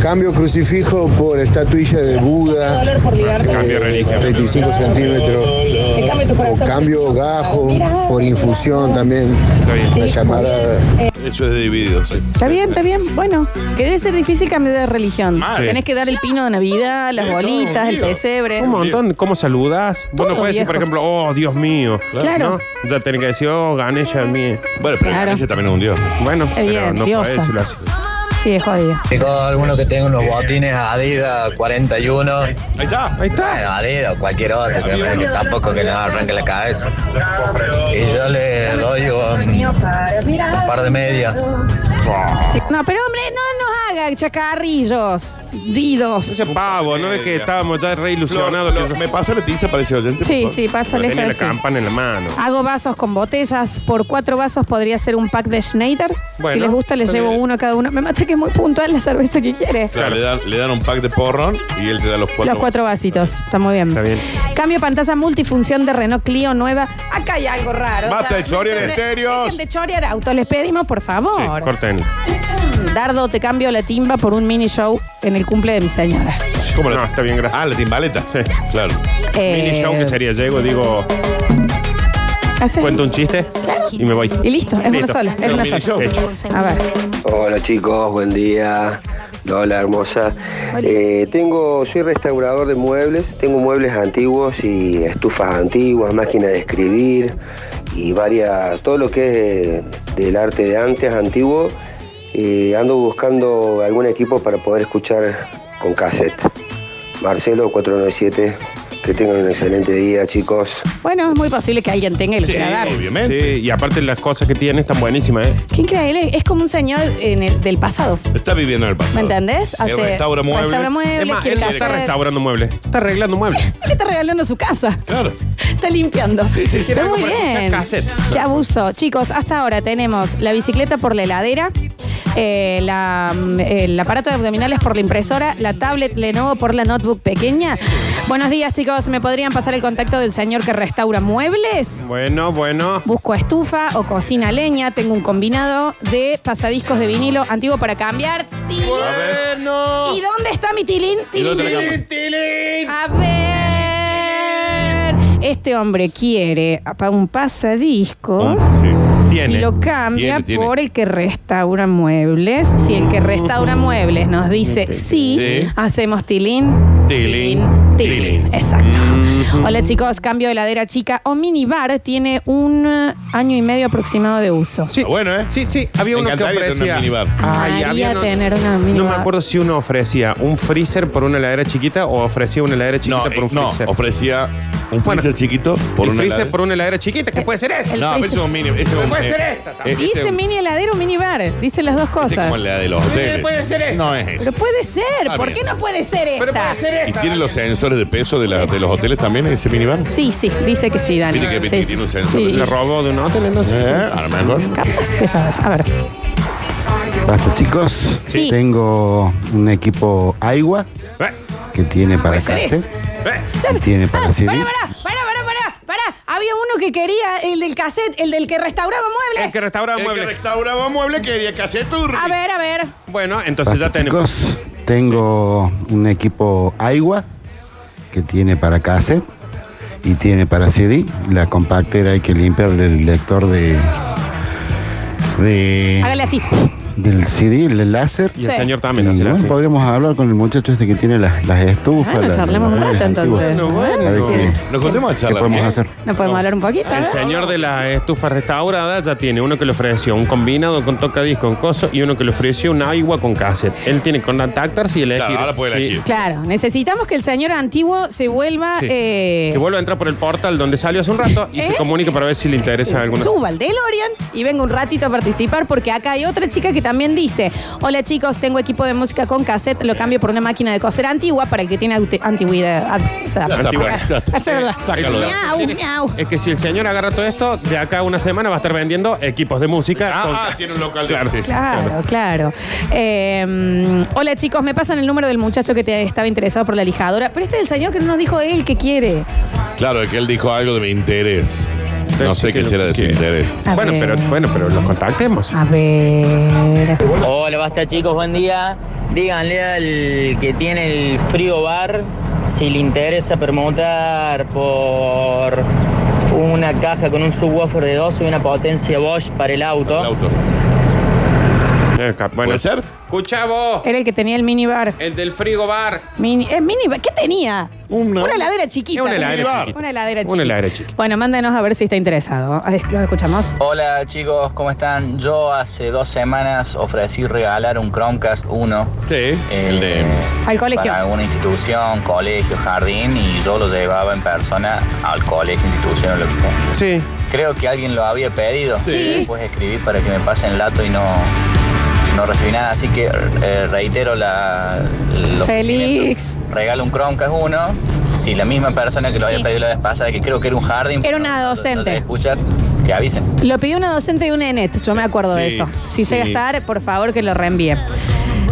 B: Cambio crucifijo por estatuilla de Buda,
A: Dolor por libertad.
B: eh, 35 centímetros.
A: Te cambio tu
B: O
A: corazón.
B: cambio gajo por infusión también.
C: Está bien.
B: La llamada
D: Eso es de dividido, sí.
A: Está bien, está bien. Bueno, que debe ser difícil cambiar de religión.
D: Madre.
A: Tenés que dar el pino de Navidad, las
D: Sí,
A: bolitas,
D: todo,
A: el
D: tío.
A: pesebre.
C: Un montón, ¿cómo saludas? Vos no
A: Todo,
C: puedes decir, por
A: viejo.
C: ejemplo, oh, Dios mío.
A: Claro.
C: ¿no? Ya tenés que decir, oh, gané ya mío.
D: Bueno, pero
A: Claro.
D: ese también es un dios.
C: Bueno, pero
A: bien,
C: no
A: diosa.
C: podés decirlo así.
A: Sí, es jodido.
J: Tengo alguno que tenga unos botines Adidas 41.
D: Ahí está.
C: Ahí está.
J: Bueno, Adidas, cualquier otro, que, que tampoco que nos arranque la cabeza. Y yo le doy un, un par de medias.
A: Sí, No, pero hombre, no nos hagan chacarrillos, didos.
C: Ese pavo, ¿no? Es que estábamos ya re ilusionados.
D: Lo- lo- me pasa la tiza para ese oyente.
A: Sí,
D: por favor?
A: sí, pásale
C: Tenía la
A: eso. sí.
C: campana en la mano.
A: Hago vasos con botellas. Por cuatro vasos podría ser un pack de Schneider.
C: Bueno,
A: si les gusta, les
C: está
A: llevo
C: bien.
A: uno a cada uno. Me mata que es muy puntual la cerveza que quiere.
D: Claro, le, dan, le dan un pack de porrón y él te da los cuatro.
A: Los cuatro vasitos. Está muy bien.
C: Está bien.
A: Cambio pantalla multifunción de Renault Clio nueva. Acá hay algo raro.
D: Basta de chorear
A: dejen
D: estéreos.
A: dejen de chorear autos. Les pedimos, por
C: Sí,
A: favor.
C: corten.
A: Dardo, te cambio la timba por un mini show en el cumple de mi señora.
D: ¿Cómo
C: No,
D: la-
C: está bien, gracias.
D: Ah, la timbaleta.
C: Sí.
D: Claro.
A: Eh.
C: Mini show que sería, llego, digo,
A: hacer-
C: cuento un chiste
A: Claro.
C: y me voy.
A: Y listo, es una
C: Listo.
A: sola, es una sola.
C: mini show.
A: A ver,
K: Hola chicos, buen día. Hola hermosa. Eh, tengo, soy restaurador de muebles, tengo muebles antiguos y estufas antiguas, máquinas de escribir y varias, todo lo que es eh, del arte de antes, antiguo. Eh, ando buscando algún equipo para poder escuchar con cassette. Marcelo 497, que tengan un excelente día chicos.
A: bueno, es muy posible que alguien tenga el que dar.
D: obviamente.
C: Sí, y aparte las cosas que tienen están buenísimas, ¿eh?
A: Qué increíble, es como un señor en el- del pasado,
D: Está viviendo en el pasado.
A: ¿me entendés?
D: Él restaura muebles.
A: Restaura muebles,
C: Es más, él
A: quiere
C: está
A: casar.
C: restaurando muebles. Está arreglando muebles.
A: Él está regalando su casa.
D: Claro.
A: Está limpiando.
D: Sí, sí, sí.
A: Pero muy
C: Para escuchar
A: bien.
C: cassette.
A: Qué abuso. Chicos, hasta ahora tenemos la bicicleta por la heladera, eh, la, mm, el aparato de abdominales por la impresora, la tablet Lenovo por la notebook pequeña. Buenos días, chicos. ¿Me podrían pasar el contacto del señor que restaura muebles?
C: Bueno, bueno.
A: Busco estufa o cocina a leña. Tengo un combinado de pasadiscos de vinilo antiguo para cambiar. Tilín.
C: Bueno.
A: ¿Y dónde está mi tilín? Tilín,
D: dónde la
A: tilín.
D: cama?
A: A ver. Este hombre quiere apa- un pasadiscos.
D: Ah, Sí. Tiene.
A: Y lo cambia
D: Tiene, tiene.
A: por el que restaura muebles. Si el que restaura muebles nos dice sí,
D: Sí.
A: hacemos tilín.
D: Tilín. Tilín. Mm.
A: Exacto. Hola chicos, cambio de heladera chica o minibar tiene un eh, año y medio aproximado de uso.
C: Sí.
D: Bueno, ¿eh?
C: Sí, sí, había
D: Me
C: uno que
D: encantaría tener
C: ofrecía.
D: un minibar.
C: Ay,
A: María
C: había uno-
A: tener una
C: No me
A: minibar.
C: acuerdo si uno ofrecía un freezer por una heladera chiquita o ofrecía una heladera chiquita
D: No,
C: por un
D: eh, no,
C: freezer.
D: ofrecía un freezer
C: Bueno,
D: chiquito por
C: el
D: una
C: freezer
D: heladera-
C: por una heladera chiquita, ¿qué puede ser esto?
A: el
D: No, pero
A: freezer.
D: ese es un mini. Ese es
C: No
D: un,
C: puede
D: eh,
C: ser esta también.
D: eh,
A: Dice
D: este-
A: mini heladera o minibar. Dice las dos
D: este es
A: cosas.
D: como la de los hoteles.
C: puede ser este. esta.
D: No es eso.
A: Pero puede ser.
D: Ah,
A: ¿Por
D: bien.
A: qué no puede ser esta?
C: Pero puede ser
D: ¿Y
C: esta.
D: tiene los sensores de peso de, la- de los hoteles también ese minivan?
A: Sí, sí, dice que sí, Dani.
D: Viste que-
A: Sí,
D: viste que
A: sí.
D: tiene un sensor
A: Sí.
D: de
C: Le robó de un hotel, entonces.
D: Eh, a lo mejor.
A: Capaz que sabes. A ver.
B: Basta, chicos.
A: Sí.
B: Tengo un equipo Aigua
C: Eh,
B: que tiene para
A: Pues
B: cassette,
A: eres.
C: eh.
B: que tiene
A: Ah,
B: para CD.
A: pará, pará, pará, pará, pará, pará. Había uno que quería el del cassette, el del que restauraba
C: El
A: muebles.
C: que restauraba
D: El que
C: muebles.
D: restauraba muebles quería que hacía turno.
A: A ver, a ver.
C: Bueno, entonces
D: Ah,
B: Basta,
C: ya tenemos.
B: chicos. Tengo un equipo Aigua que tiene para cassette y tiene para CD. La compactera hay que limpiarle el lector de. de
A: Hágale así.
B: del CD, el láser.
C: Y el
A: Sí.
C: señor
B: Y
C: también así
B: bueno,
C: así.
B: podríamos hablar con el muchacho este que tiene las, las estufas.
A: Bueno,
B: las-
A: Ah, charlemos un
B: las-
A: rato,
B: las antiguas.
A: entonces. Bueno,
B: A ver
A: bueno.
B: qué-
D: Nos contemos a
B: qué
D: charlar.
B: podemos
D: ¿eh?
B: hacer.
A: ¿No podemos hablar un poquito? A
C: El
A: ver.
C: señor de las estufas restauradas ya tiene uno que le ofreció un combinado con tocadisco con coso y uno que le ofreció una agua con cassette. Él tiene que contactarse y elegir.
D: Claro, ahora puede
C: Sí.
D: elegir.
A: Claro, necesitamos que el señor antiguo se vuelva.
C: Sí.
A: eh,
C: Que vuelva a entrar por el portal donde salió hace un rato y
A: ¿Eh?
C: se comunica para ver si le interesa alguna.
A: Suba al DeLorean y venga un ratito a participar porque acá hay otra chica que también dice, hola chicos, tengo equipo de música con cassette, lo cambio por una máquina de coser antigua para el que tiene aute- antigüedad. ad- o sea,
D: Ya está,
C: Antigua.
D: ya está.
A: Hacerlo.
D: Sácalo.
A: Miau, miau.
C: Es que si el señor agarra todo esto, de acá a una semana va a estar vendiendo equipos de música.
D: Ah,
C: con-
D: ah, tiene un local de
C: Claro.
D: sí.
A: Claro, claro. Eh, hola chicos, me pasan el número del muchacho que te estaba interesado por la lijadora, pero este es el señor que no nos dijo él que quiere.
D: Claro, es que él dijo algo de mi interés. No
C: Sí,
D: sé
C: que
D: qué
C: lo
D: será de su
C: quiere.
D: interés.
A: A
C: Bueno,
A: ver.
C: pero, bueno, pero los contactemos.
A: A ver.
I: Hola, basta chicos, buen día. Díganle al que tiene el frío bar si le interesa permutar por una caja con un subwoofer de 12 y una potencia Bosch para el auto.
D: El auto. Ah.
C: Eh, cap- Bueno,
D: ¿Puede ser?
C: Escucha vos,
A: Era el que tenía el minibar.
C: el del frigo bar.
A: Mini, es minibar. ¿Qué tenía?
D: Una-
A: heladera chiquita.
C: Es una heladera
A: Minibar.
C: chiquita.
A: Una heladera
C: Una
A: chiquita.
C: heladera chiquita.
A: Bueno, mándanos a ver si está interesado. A ver, Lo escuchamos.
I: Hola chicos, ¿cómo están? Yo hace dos semanas ofrecí regalar un Chromecast 1.
D: Sí. el de.
A: Al colegio.
I: Para alguna institución, colegio, jardín y yo lo llevaba en persona al colegio, institución o lo que sea.
C: Sí.
I: Creo que alguien lo había pedido.
D: Sí.
I: Después escribí para que me pasen el dato y no, no recibí nada. Así que eh, reitero la. los
A: Félix.
I: ofrecimientos. Regalo un Chromecast uno. Si la misma persona que lo había
A: Sí.
I: pedido la vez pasada, que creo que era un jardín.
A: Era
I: pero
A: una
I: no- no- no
A: docente.
I: llegué a escuchar, que avisen.
A: Lo pidió una docente de un ENET. Yo me acuerdo de
D: Sí,
A: eso. Si
D: sí.
A: llega a estar, por favor que lo reenvíe.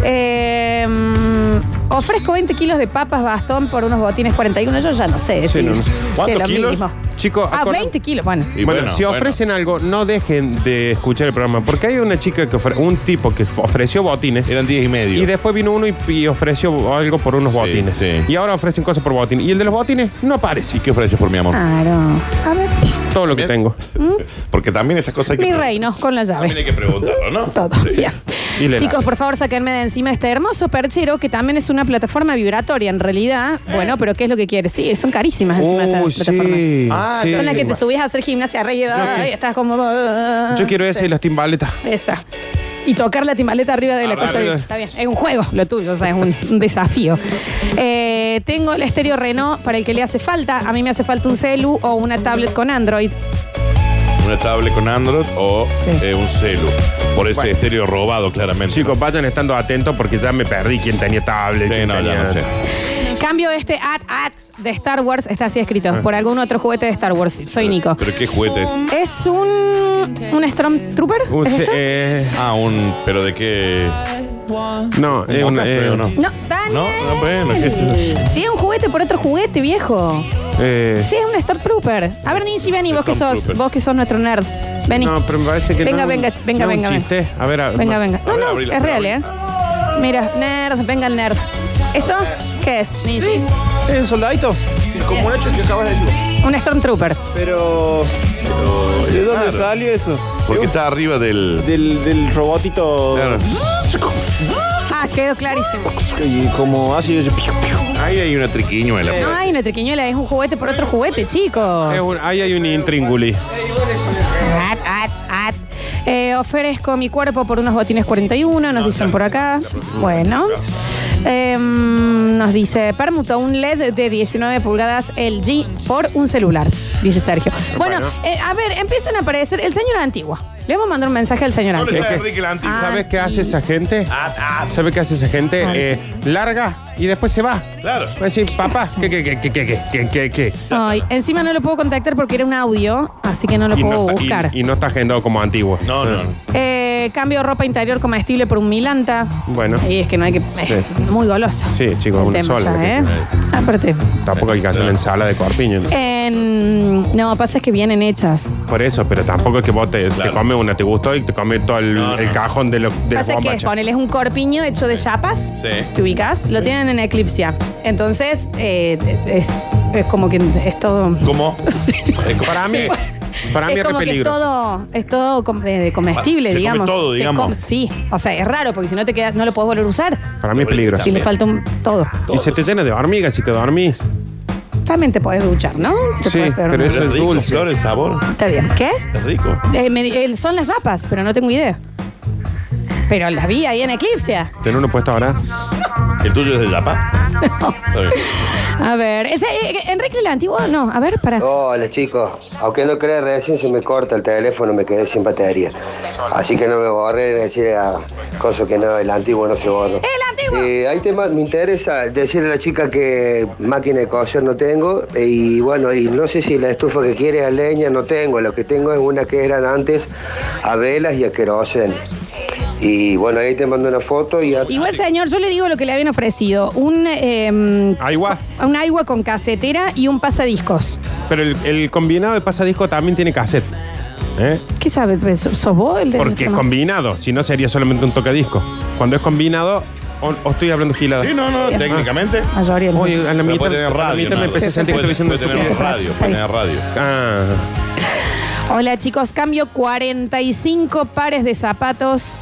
A: Eh, mm, ofrezco 20 kilos de papas bastón por unos botines 41. Yo ya no sé.
C: Sí,
A: si-
C: no, no sé.
A: si
D: ¿Cuántos
A: lo
D: kilos?
A: mínimo.
C: Chicos,
A: Ah,
C: acorda-
A: 20 kilos. Bueno.
D: Y
C: bueno,
D: bueno,
C: si
D: bueno.
C: ofrecen algo, no dejen de escuchar el programa. Porque hay una chica que ofre- un tipo que ofreció botines.
D: Eran 10 y medio.
C: Y después vino uno y, y ofreció algo por unos
D: Sí,
C: botines.
D: sí.
C: Y ahora ofrecen cosas por botines. Y el de los botines no aparece.
D: ¿Y qué ofreces por mi amor?
A: Ah. Claro. A ver.
C: Todo lo que
D: Bien.
C: tengo.
D: Porque también esas cosas hay que.
A: Mi reino con la llave.
D: También hay que preguntarlo, ¿no?
A: Todo.
D: Sí.
A: Bien.
C: Y le
A: Chicos,
C: da.
A: por favor, sáquenme de encima este hermoso perchero que también es una plataforma vibratoria en realidad. Bueno, pero ¿qué es lo que quieres? Sí, son carísimas Ah, encima de
C: Uy,
A: esta plataforma.
C: sí.
D: Ah,
C: sí.
A: Son las que te subís a hacer gimnasia arriba y estás como. "Ah".
C: Yo quiero esa y las timbaletas.
A: Esa. Y tocar la timbaleta arriba de la
D: Ah,
A: cosa.
D: vale.
A: Está bien, es un juego lo tuyo, o sea, es un, un desafío. Eh, tengo el estéreo Renault para el que le hace falta. A mí me hace falta un celu o una tablet con Android.
D: Una tablet con Android o
A: Sí.
D: eh, un celu. Por ese
C: Bueno.
D: estéreo robado, claramente.
C: Chicos, vayan estando atentos porque ya me perdí quién tenía tablet.
D: Sí,
C: quién
D: no, ya
C: tenía-
D: no sé.
A: Cambio este at at de Star Wars, está así escrito, por algún otro juguete de Star Wars. Soy Nico.
D: ¿Pero qué juguete es?
A: Es un. ¿Un Stormtrooper?
D: Uh,
C: Un-
A: ¿Es esto?
C: eh,
D: Ah, un. ¿Pero de qué?
C: no, es
D: ¿Un
C: una-
D: caso,
C: eh,
D: o no?
A: No, Daniel.
D: No, pues. ah, bueno, ¿qué es eso?
A: Si es un juguete por otro juguete, viejo.
C: eh,
A: Si es un Stormtrooper. A ver, Ninji, vení, vos que sos,
D: Stormtrooper.
A: vos que sos nuestro nerd. Vení.
C: No, pero me parece que
A: Venga,
C: no es un-
A: venga, venga,
C: no es un
A: venga, venga.
C: chiste. A ver, a-
A: Venga, venga.
D: A
A: No,
D: ver,
A: no,
D: abrila,
A: es real,
D: abrila.
A: ¿eh? Mira, nerd, venga el nerd. ¿Esto qué es, Ninji?
L: Es un soldadito. Como un hecho que acabas de decir.
A: Un Stormtrooper.
L: Pero. ¿De dónde
D: eh, Claro.
L: salió eso?
D: Porque está arriba del.
L: Del, del robotito.
D: Claro.
A: Ah, quedó clarísimo.
L: Y como ácido.
D: Ahí hay una triquiñuela.
A: No hay una triquiñuela, es un juguete por otro juguete, chicos.
C: Es un- ahí hay un intrínguli.
A: At, at, at. Eh, ofrezco mi cuerpo por unos botines 41, nos dicen por acá. Bueno. Em, nos dice, permuto un LED de 19 pulgadas LG por un celular, dice Sergio. Bueno,
C: Bueno.
A: eh, a ver, empiezan a aparecer el señor Antigua. Le vamos a mandar un mensaje al señor Antigua. Ah,
C: ¿Sabes qué hace esa gente?
D: Ah,
C: ¿Sabes qué hace esa gente? Eh, larga y después se va. Claro.
A: Pues-
C: Va a decir, papá, ¿qué, qué, qué, qué, qué, qué, qué, qué, qué?
A: Ay, encima no lo puedo contactar porque era un audio, así que no lo
C: y,
A: puedo
C: no
A: buscar.
C: está, y, y no está agendado como antiguo. No, no.
A: Eh, cambio ropa interior comestible por un Milanta.
C: Bueno.
A: Y es que no hay que. es
C: Sí.
A: Muy golosa.
C: Sí, chicos,
A: el
C: una
A: tema
C: sola.
A: ya, ¿eh? Aparte.
C: Tampoco hay que hacer la ensalada de corpiño.
A: Eh.
C: ¿no?
A: En- no, pasa es que vienen hechas.
C: Por eso, pero tampoco es que vos te, te comes una, te gustó y te comes todo el, el cajón de, lo, de la
A: Pasa que
C: bombacha.
A: ponele es un corpiño hecho de chapas.
C: Sí.
A: ¿Te ubicas? Lo tienen en Eclipsia. Entonces, eh, es, es como que es todo.
D: ¿Cómo?
C: Para mí, para mí
A: es
C: es re
A: como que es
C: peligroso.
A: todo, es todo com- de- de comestible,
C: Se come
A: digamos.
C: todo,
A: Se
C: digamos.
A: come- sí. O sea, es raro porque si no te quedas, no lo podés volver a usar.
C: Para mí es peligroso.
A: Si le falta un- todo.
C: Y se te llena de hormigas si te dormís.
A: También te podés duchar, ¿no? Te
C: Sí,
A: podés pegar
C: pero
A: un-
C: eso es
D: rico,
C: dulce.
D: Flor, el sabor.
A: Está bien. ¿Qué?
D: Es rico.
A: Eh, me di- eh, son las yapas, pero no tengo idea. Pero las vi ahí en Eclipsia.
C: ¿Tenés uno puesto ahora?
D: ¿El tuyo es de Yapa?
A: A ver, ese, eh, Enrique el antiguo, no, a ver, para.
K: Hola chicos, aunque no creas, recién se me corta el teléfono, me quedé sin batería. Así que no me borré, decir a cosa que no, el antiguo no se borra. ¡El antiguo! ahí te, ma- Eh, me interesa decirle a la chica que máquina de coser no tengo eh, y bueno, y no sé si la estufa que quiere es a leña, no tengo. Lo que tengo es una que eran antes a velas y a querosén. Y bueno, ahí te mando una foto y a-
A: Igual, señor, yo le digo lo que le habían ofrecido: un. em,
C: agua.
A: Un agua con casetera y un pasadiscos.
C: Pero el, el combinado de pasadisco también tiene cassette. ¿Eh?
A: ¿Qué sabes? ¿Sos vos el de.?
C: Porque es
A: no.
C: combinado, si no sería solamente un tocadisco. Cuando es combinado, o, o estoy hablando gilada.
D: Sí, no, no, técnicamente.
A: Mayoría de los-
C: Oye, a la
D: Pero
C: mitad,
D: puede tener
C: a la
D: radio,
C: mitad me
D: Nardo.
C: empecé a sentir que
D: Puede-
C: estoy diciendo
D: puede tener
C: estupidez.
D: radio, puede tener radio.
C: Ah.
A: Hola, chicos, cambio 45 pares de zapatos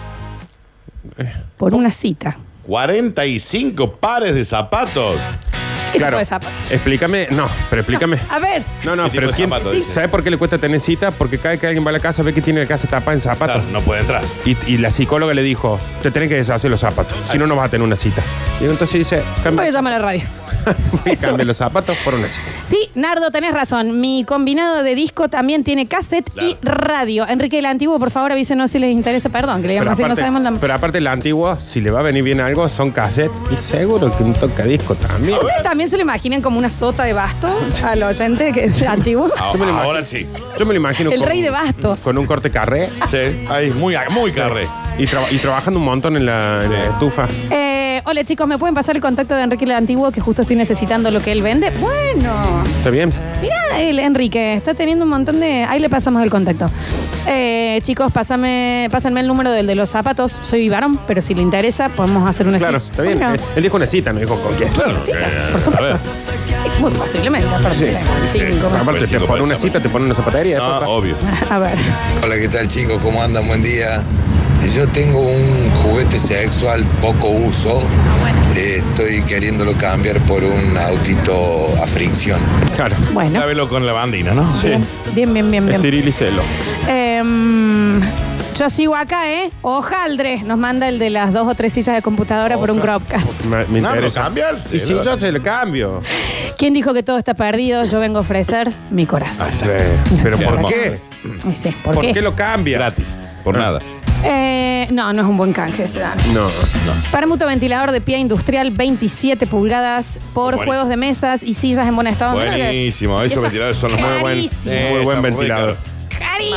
A: por una cita.
D: 45 pares de zapatos.
A: ¿Qué tipo de zapatos? Ah,
C: Explícame, no, pero explícame.
A: A ver.
C: No, no,
D: ¿Qué tipo
C: pero
D: de
C: ¿quién,
D: zapato dice?
C: ¿sabe por qué le cuesta tener cita? Porque cada vez que alguien va a la casa ve que tiene la casa tapada en zapatos.
D: no puede entrar.
C: Y, y la psicóloga le dijo, te tenés que deshacer los zapatos, si no, no vas a tener una cita. Y entonces dice,
A: Voy a
C: cambia,
A: llamar a la radio.
C: cambia los zapatos por una cita.
A: Sí, Nardo, tenés razón. Mi combinado de disco también tiene cassette y radio. Enrique el Antiguo, por favor, avísenos si les interesa. Perdón, que le
C: Pero
A: digamos así, no
C: aparte,
A: sabemos la...
C: pero aparte la antigua, si le va a venir bien algo, son cassettes. Y seguro que un tocadisco también.
A: ¿Ustedes también se lo imaginan como una sota de basto al oyente que es antiguo?
C: Ah. ahora
D: Ah, sí.
C: Yo me lo imagino.
A: El rey de basto.
C: Con un corte carré.
D: Sí. Ahí, muy, muy carré.
C: Y, traba- y trabajando un montón en la, en la estufa.
A: Eh, hola chicos, ¿me pueden pasar el contacto de Enrique el Antiguo que justo estoy necesitando lo que él vende? Bueno,
C: ¿Está bien?
A: mirá, el Enrique está teniendo un montón de... Ahí le pasamos el contacto. Eh, chicos, pásame, pásenme el número del de los zapatos. Soy varón, pero si le interesa podemos hacer una
C: Claro,
A: cita.
C: está bien.
A: Bueno,
C: Eh, Él dijo una cita, no dijo con quién. Claro.
D: Ah,
A: por
C: A ver.
A: supuesto. Eh, Muy posiblemente. aparte. Sí, como-
C: Aparte, te pone una cita, te pone una zapatería.
D: Ah, obvio.
A: A ver.
M: Hola, ¿qué tal chicos? ¿Cómo andan? Buen día. Yo tengo un juguete sexual poco uso. Eh, estoy queriéndolo cambiar por un autito a fricción.
C: Claro.
A: Bueno.
D: Lávelo con la bandina, ¿no?
C: Sí.
A: Bien, bien, bien, bien.
C: Estiril y celo.
A: Em, yo sigo acá, ¿eh? Ojaldre nos manda el de las dos o tres sillas de computadora por un Cropcast.
C: Me, me
D: No,
C: interesa.
D: lo cambia el
C: Y si
D: celo.
C: yo te lo cambio.
A: ¿Quién dijo que todo está perdido? Yo vengo a ofrecer mi corazón.
C: Eh, ¿Pero por
D: hermoso.
C: qué?
A: Ay, sí, ¿por,
C: ¿Por
A: qué?
C: qué lo cambia? Gratis.
D: Por nada.
A: Eh, no, no es un buen canje ese, Dani.
C: No, no.
A: Permuto ventilador de pie industrial 27 pulgadas por
D: Buenísimo.
A: juegos de mesas y sillas en buen estado. Mira lo que es.
D: Buenísimo. Esos
A: Eso-
D: ventiladores son los muy buenos.
A: Carísimo.
C: Muy buen ventilador.
A: Cari,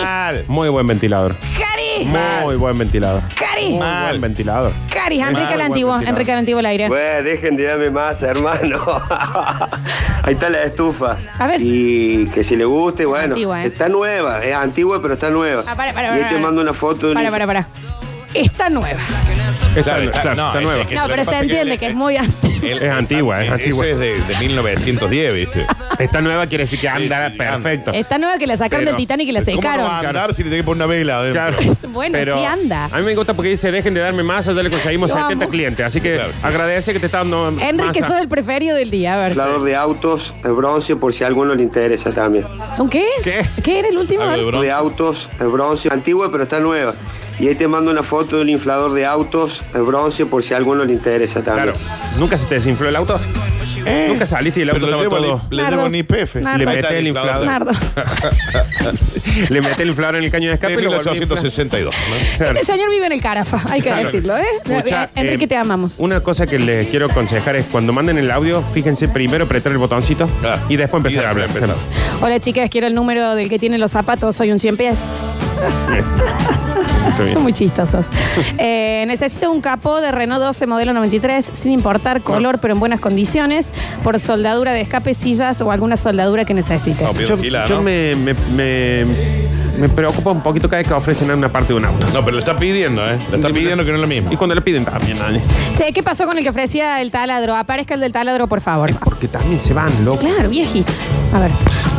C: Muy buen ventilador.
A: cari,
C: Muy buen ventilador.
A: Cari.
C: Muy
A: Mal.
C: buen ventilador.
A: cari. Enrique el
K: buen
A: antiguo,
K: ventilador.
A: Enrique el antiguo al aire.
K: Bueno, dejen de darme más, hermano. Ahí está la estufa.
A: A ver.
K: Y que si le guste, bueno.
A: Antigua, ¿eh?
K: Está nueva, es antigua, pero está nueva.
A: Ah, para, para,
K: y
A: para,
K: ahí te
A: para.
K: mando una foto de
A: Para, para, para. Está nueva.
C: Está, claro, está nueva.
A: No, pero se entiende que es muy antigua.
C: es antigua, es
D: Ese
C: antigua.
D: es de, de 1910, ¿viste?
C: Esta nueva quiere decir que anda perfecto.
A: Está nueva que la sacaron del
C: Pero-
A: Titanic y la secaron.
D: andar si le tenés que poner una vela adentro?
A: Bueno, sí anda.
C: A mí me gusta porque dice, dejen de darme masa, ya le conseguimos
A: Lo amo.
C: 70 clientes. Así que agradece que te está dando
A: Enrique,
C: masa.
A: sos el preferido del día. A ver.
K: Hablador de autos de bronce, por si a alguno le interesa también.
A: ¿Un qué?
C: ¿Qué?
A: ¿Qué era el último?
K: de, autos de bronce, antigua pero está nueva. Y ahí te mando una foto de un inflador de autos de bronce, por si a alguno le interesa también.
C: Nunca se te desinfló el auto. Nunca saliste y el auto
D: Pero le
C: estaba
D: debo
C: todo.
D: al- le Nardo. debo al IPF. Nardo.
C: Le
D: Ahí
C: metes
D: está
C: el
D: el
C: inflador.
A: Nardo.
C: Le metes el inflador en el caño de escape.
D: De
C: y lo volvés a inflar.
D: 1862.
C: Claro.
A: Este señor vive en el Carafa, hay que
C: Claro.
A: decirlo, ¿eh?
C: Escucha,
A: Enrique,
C: eh,
A: te amamos.
K: uh.
C: Una cosa que les quiero aconsejar es cuando manden el audio, fíjense primero apretar el botoncito Ah, y después empezar a hablar.
A: Hola, chicas, quiero el número del que tiene los zapatos, soy un 100 pies.
C: Está bien.
A: Son muy chistosos. Eh, necesito un capó de Renault 12 modelo 93, sin importar color, pero en buenas condiciones, por soldadura de escape, sillas o alguna soldadura que necesite.
C: Yo, yo me, me, me, me preocupa un poquito cada vez que ofrecen una parte de un auto.
D: No, pero lo está pidiendo, ¿eh? Lo está pidiendo que no es lo mismo.
C: Y cuando le piden también, nadie.
A: Che, ¿qué pasó con el que ofrecía el taladro? Aparezca el del taladro, por favor.
C: Porque también se van, loco.
A: Claro, vieji. A ver.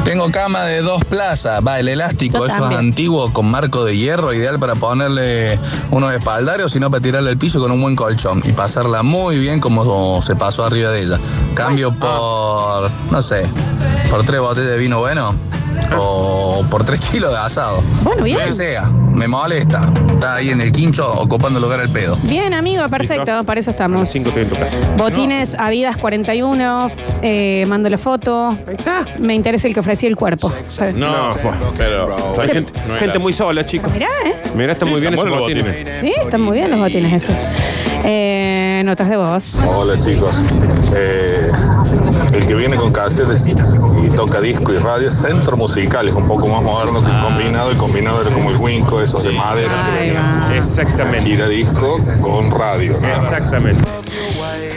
N: Tengo cama de dos plazas, va, el elástico,
A: Yo
N: eso es
A: también.
N: antiguo, con marco de hierro, ideal para ponerle unos espaldarios, sino para tirarle al piso con un buen colchón y pasarla muy bien como se pasó arriba de ella. Cambio por, no sé, por tres botellas de vino bueno o por tres kilos de asado.
A: Bueno, bien.
N: Lo que sea, me molesta. Está ahí en el quincho ocupando lugar el pedo.
A: Bien, amigo, perfecto, para eso estamos.
C: estoy en tu casa.
A: Botines Adidas 41, eh, mando la foto. Me interesa el que ofrecí el cuerpo. Está bien.
D: No, pero.
C: Hay gente, gente muy sola, chicos.
A: Mirá, ¿eh?
C: Mira, está
D: Sí,
C: muy bien
D: están
C: esos
D: buenos los
C: botines.
A: Sí, están muy bien los botines esos. Eh, notas de voz.
O: Hola chicos, Eh, el que viene con casetes y toca disco y radio es Centro Musical, es un poco más moderno que el combinado, el combinado era como el Winco, esos de madera.
C: Exactamente.
O: Gira disco con radio.
C: Exactamente.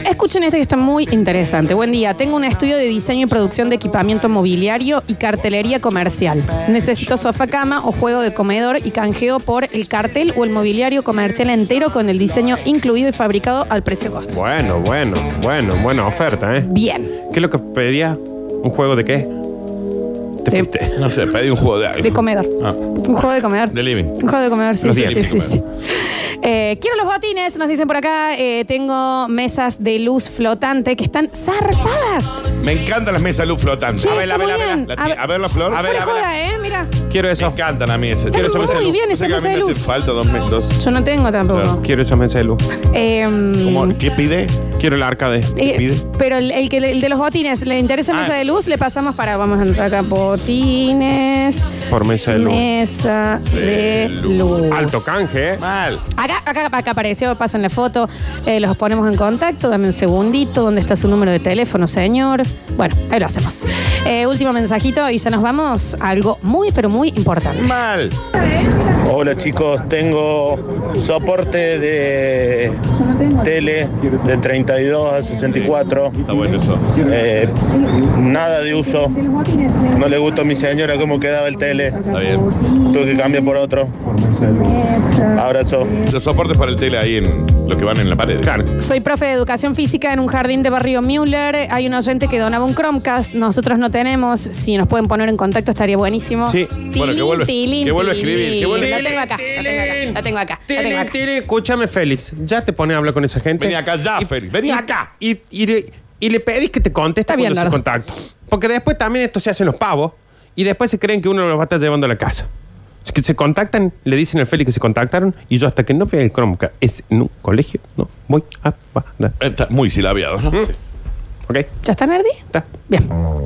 A: Escuchen este que está muy interesante. Buen día. Tengo un estudio de diseño y producción de equipamiento mobiliario y cartelería comercial. Necesito sofá cama o juego de comedor y canjeo por el cartel o el mobiliario comercial entero con el diseño incluido y fabricado al precio costo.
C: Bueno, bueno, bueno, buena oferta, ¿eh?
A: Bien.
C: ¿Qué es lo que pedía? ¿Un juego de qué? Te fuiste.
D: No sé, pedí un juego de algo.
A: De comedor.
D: Ah.
A: Un juego de comedor.
D: De living.
A: Un juego de comedor, sí,
D: Los
A: sí,
D: días
A: sí,
D: tienen
A: sí,
D: que comer.
A: sí. Eh, quiero los botines, nos dicen por acá. eh, tengo mesas de luz flotante que están zarpadas.
D: Me encantan las mesas de luz flotantes.
A: Che, está muy bien.
D: La ti- A ver la flor.
A: Fuera joda, ¿eh? Mira.
C: Quiero eso.
D: Me encantan a mí ese.
A: Quiero esa mesa de luz. Muy bien,
D: No sé
A: esa
D: que a mí
A: mesa de
D: me
A: luz.
D: hace falta dos meses. dos.
A: Yo no tengo tampoco.
C: Quiero esa mesa de luz.
A: Em,
D: ¿Qué pide?
C: Quiero el arcade.
A: eh, pero el, el que el de los botines, ¿le interesa mesa
C: Ah.
A: de luz? Le pasamos para, vamos a entrar acá, botines,
C: Por mesa de luz.
A: mesa de luz.
C: Alto canje, ¿eh?
D: Mal.
A: Acá, acá, acá apareció, pasen la foto, eh, los ponemos en contacto, dame un segundito, ¿dónde está su número de teléfono, señor? Bueno, ahí lo hacemos. Eh, último mensajito y ya nos vamos a algo muy, pero muy importante.
D: Mal.
P: Hola chicos, tengo soporte de tele de 32 a 64. Está
D: bueno eso.
P: Eh, nada de uso. No le gustó a mi señora cómo quedaba el tele. Está bien. Tuve que cambiar por otro. Abrazo.
D: Los soportes para el tele ahí en los que van en la pared. Claro.
A: Soy profe de educación física en un jardín de barrio Müller. Hay un oyente que donaba un Chromecast. Nosotros no tenemos. Si nos pueden poner en contacto estaría buenísimo.
C: Sí. Bueno, que vuelva- que vuelva a escribir, que vuelva-
A: La tengo acá. La tengo acá. La tengo acá. La tengo
C: Tiene,
A: acá.
C: tiene, escúchame, Félix. Ya te pones a hablar con esa gente.
D: Vení acá ya,
C: Y-
D: Félix. Vení
C: y-
D: acá.
C: Y, y le, y le pedís que te conteste
A: Está bien,
C: cuando se
A: Nardo.
C: contacto. Porque después también esto se hacen los pavos y después se creen que uno los va a estar llevando a la casa. Es que se contactan, le dicen al Félix que se contactaron y yo hasta que no vea el Chromecast es en un colegio, no voy a parar.
D: Está muy silabiado, ¿no?
C: Ok.
A: ¿Ya está, Nerdy?
C: Está.
A: Bien.